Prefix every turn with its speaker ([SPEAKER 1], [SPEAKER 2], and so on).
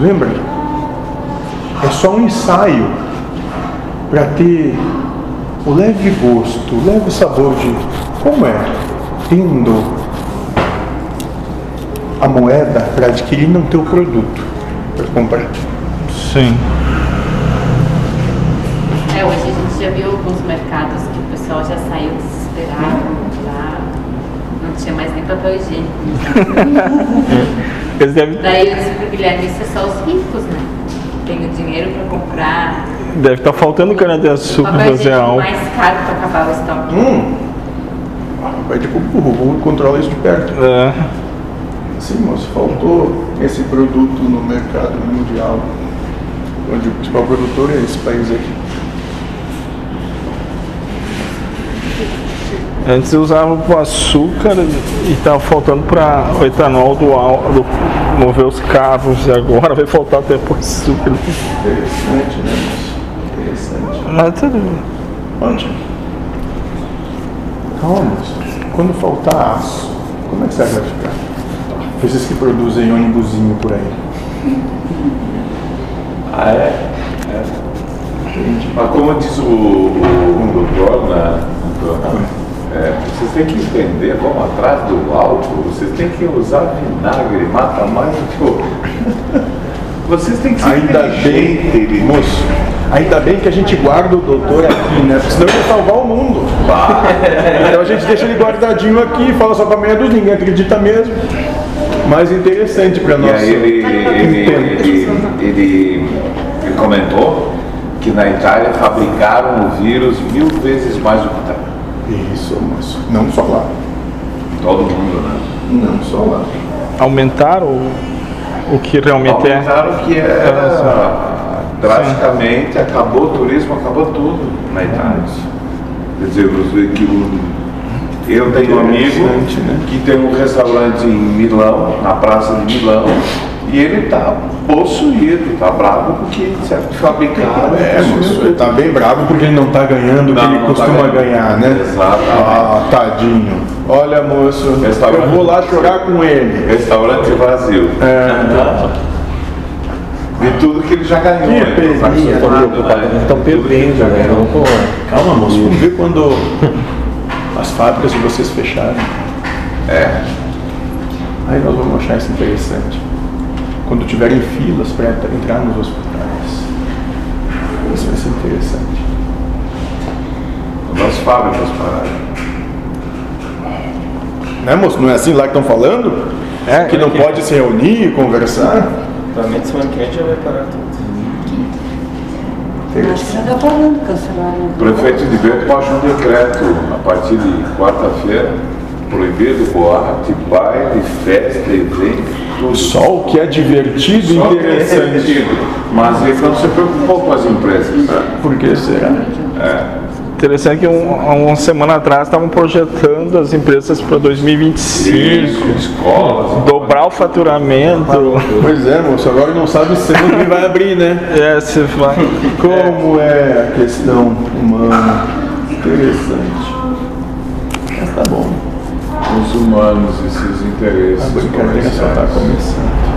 [SPEAKER 1] lembra? É só um ensaio para ter o leve gosto, o leve sabor de como é tendo a moeda para adquirir não ter o produto para comprar.
[SPEAKER 2] Sim.
[SPEAKER 3] É, hoje a gente já viu alguns mercados que o pessoal já saiu desesperado lá. Não tinha mais nem papel higiênico.
[SPEAKER 2] Eles devem
[SPEAKER 3] Daí eu disse pro Guilherme, isso é só os ricos, né? Tem o dinheiro para comprar.
[SPEAKER 2] deve estar tá faltando cana de açúcar
[SPEAKER 3] papel
[SPEAKER 2] fazer
[SPEAKER 3] higiênico
[SPEAKER 2] algo.
[SPEAKER 3] mais caro para acabar o estoque.
[SPEAKER 1] Hum! Vai de burro, vou controlar isso de perto.
[SPEAKER 2] É.
[SPEAKER 1] Sim, moço, faltou esse produto no mercado mundial, onde o principal produtor é esse país aqui.
[SPEAKER 2] Antes eu usava pro açúcar e tava faltando para o etanol do, al- do mover os carros e agora vai faltar até pro açúcar.
[SPEAKER 1] Interessante, né, moço? Interessante.
[SPEAKER 2] Mas tá tudo bem.
[SPEAKER 1] Ótimo. Calma, moço. Quando faltar aço, como é que você vai ficar? Esses que produzem ônibusinho por aí.
[SPEAKER 4] Ah, é? Mas como diz o, o doutor, na, doutor, é, vocês têm que entender, vão atrás do álcool, vocês têm que usar vinagre, mata mais do que o... Vocês têm que ser
[SPEAKER 1] Ainda bem,
[SPEAKER 4] inteligente, ele-
[SPEAKER 1] moço, ainda bem que a gente guarda o doutor aqui, né? Porque senão ele ia salvar o mundo. Então a gente deixa ele guardadinho aqui, fala só pra meia dos ninguém acredita mesmo. Mas interessante pra
[SPEAKER 4] E
[SPEAKER 1] nós.
[SPEAKER 4] aí ele, ele, ele, ele- ele comentou que na Itália fabricaram o vírus mil vezes mais do que tá. está.
[SPEAKER 1] Isso, moço. Não só lá.
[SPEAKER 4] Todo mundo, né?
[SPEAKER 1] Não só lá.
[SPEAKER 2] aumentaram o, o que realmente é.
[SPEAKER 4] Aumentaram que
[SPEAKER 1] Tá
[SPEAKER 4] era drasticamente, acabou o turismo, acabou tudo na Itália. Quer dizer, você que o- eu tenho um amigo
[SPEAKER 1] Tá Interessante, né?
[SPEAKER 4] que tem um restaurante em Milão, na Praça de Milão, e ele está possuído, está bravo porque certo, fabricaram.
[SPEAKER 1] É, moço, ele tá bem bravo porque ele não tá ganhando o que
[SPEAKER 4] Não,
[SPEAKER 1] ele
[SPEAKER 4] não tá
[SPEAKER 1] costuma
[SPEAKER 4] ganhando.
[SPEAKER 1] ganhar, né?
[SPEAKER 4] Exato.
[SPEAKER 1] Ah, tadinho. Olha, moço,
[SPEAKER 4] Restaurante.
[SPEAKER 1] eu vou lá chorar com ele. É.
[SPEAKER 4] Restaurante vazio. De tudo que ele já ganhou.
[SPEAKER 1] Que
[SPEAKER 4] né?
[SPEAKER 1] peninha,
[SPEAKER 4] Tá acostumado, né?
[SPEAKER 5] Estão
[SPEAKER 4] De tudo que ele
[SPEAKER 5] perdendo,
[SPEAKER 4] já
[SPEAKER 5] né?
[SPEAKER 4] ganhou.
[SPEAKER 5] Não, pô,
[SPEAKER 1] Calma, moço, vamos ver quando as fábricas de vocês fecharem.
[SPEAKER 4] É.
[SPEAKER 1] Aí nós vamos achar isso interessante. Quando tiverem filas para entrar nos hospitais. Isso vai ser interessante.
[SPEAKER 4] Nós fábricas pararam.
[SPEAKER 1] Né, moço? Não é assim lá que estão falando? É, que não pode se reunir e conversar?
[SPEAKER 5] provavelmente semana que vem já vai parar tudo.
[SPEAKER 1] Interessante.
[SPEAKER 6] Já está falando, cancelaram.
[SPEAKER 4] O prefeito de Bento baixa um decreto a partir de quarta-feira, proibido boate, baile, festa, evento, tudo.
[SPEAKER 1] Só o que é divertido e
[SPEAKER 4] Só que é
[SPEAKER 1] interessante.
[SPEAKER 4] divertido. Mas ele não se preocupou com as empresas. né?
[SPEAKER 1] Por que será?
[SPEAKER 2] é. Interessante que um, há uma semana atrás estavam projetando as empresas para 2025,
[SPEAKER 4] Isso, escolas.
[SPEAKER 2] dobrar o faturamento.
[SPEAKER 1] Pois é, moço, agora não sabe se não vai abrir, né?
[SPEAKER 2] É, se vai.
[SPEAKER 1] Como é a questão humana? Interessante. Mas tá bom.
[SPEAKER 4] Os humanos e seus
[SPEAKER 1] A
[SPEAKER 4] interesses
[SPEAKER 1] brincadeira só tá
[SPEAKER 4] comerciais.
[SPEAKER 1] começando.